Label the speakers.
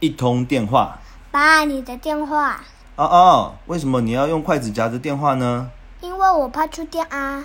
Speaker 1: 一通电话。
Speaker 2: 爸，你的电话，
Speaker 1: 哦哦，为什么你要用筷子夹着电话呢？
Speaker 2: 因为我怕触电啊。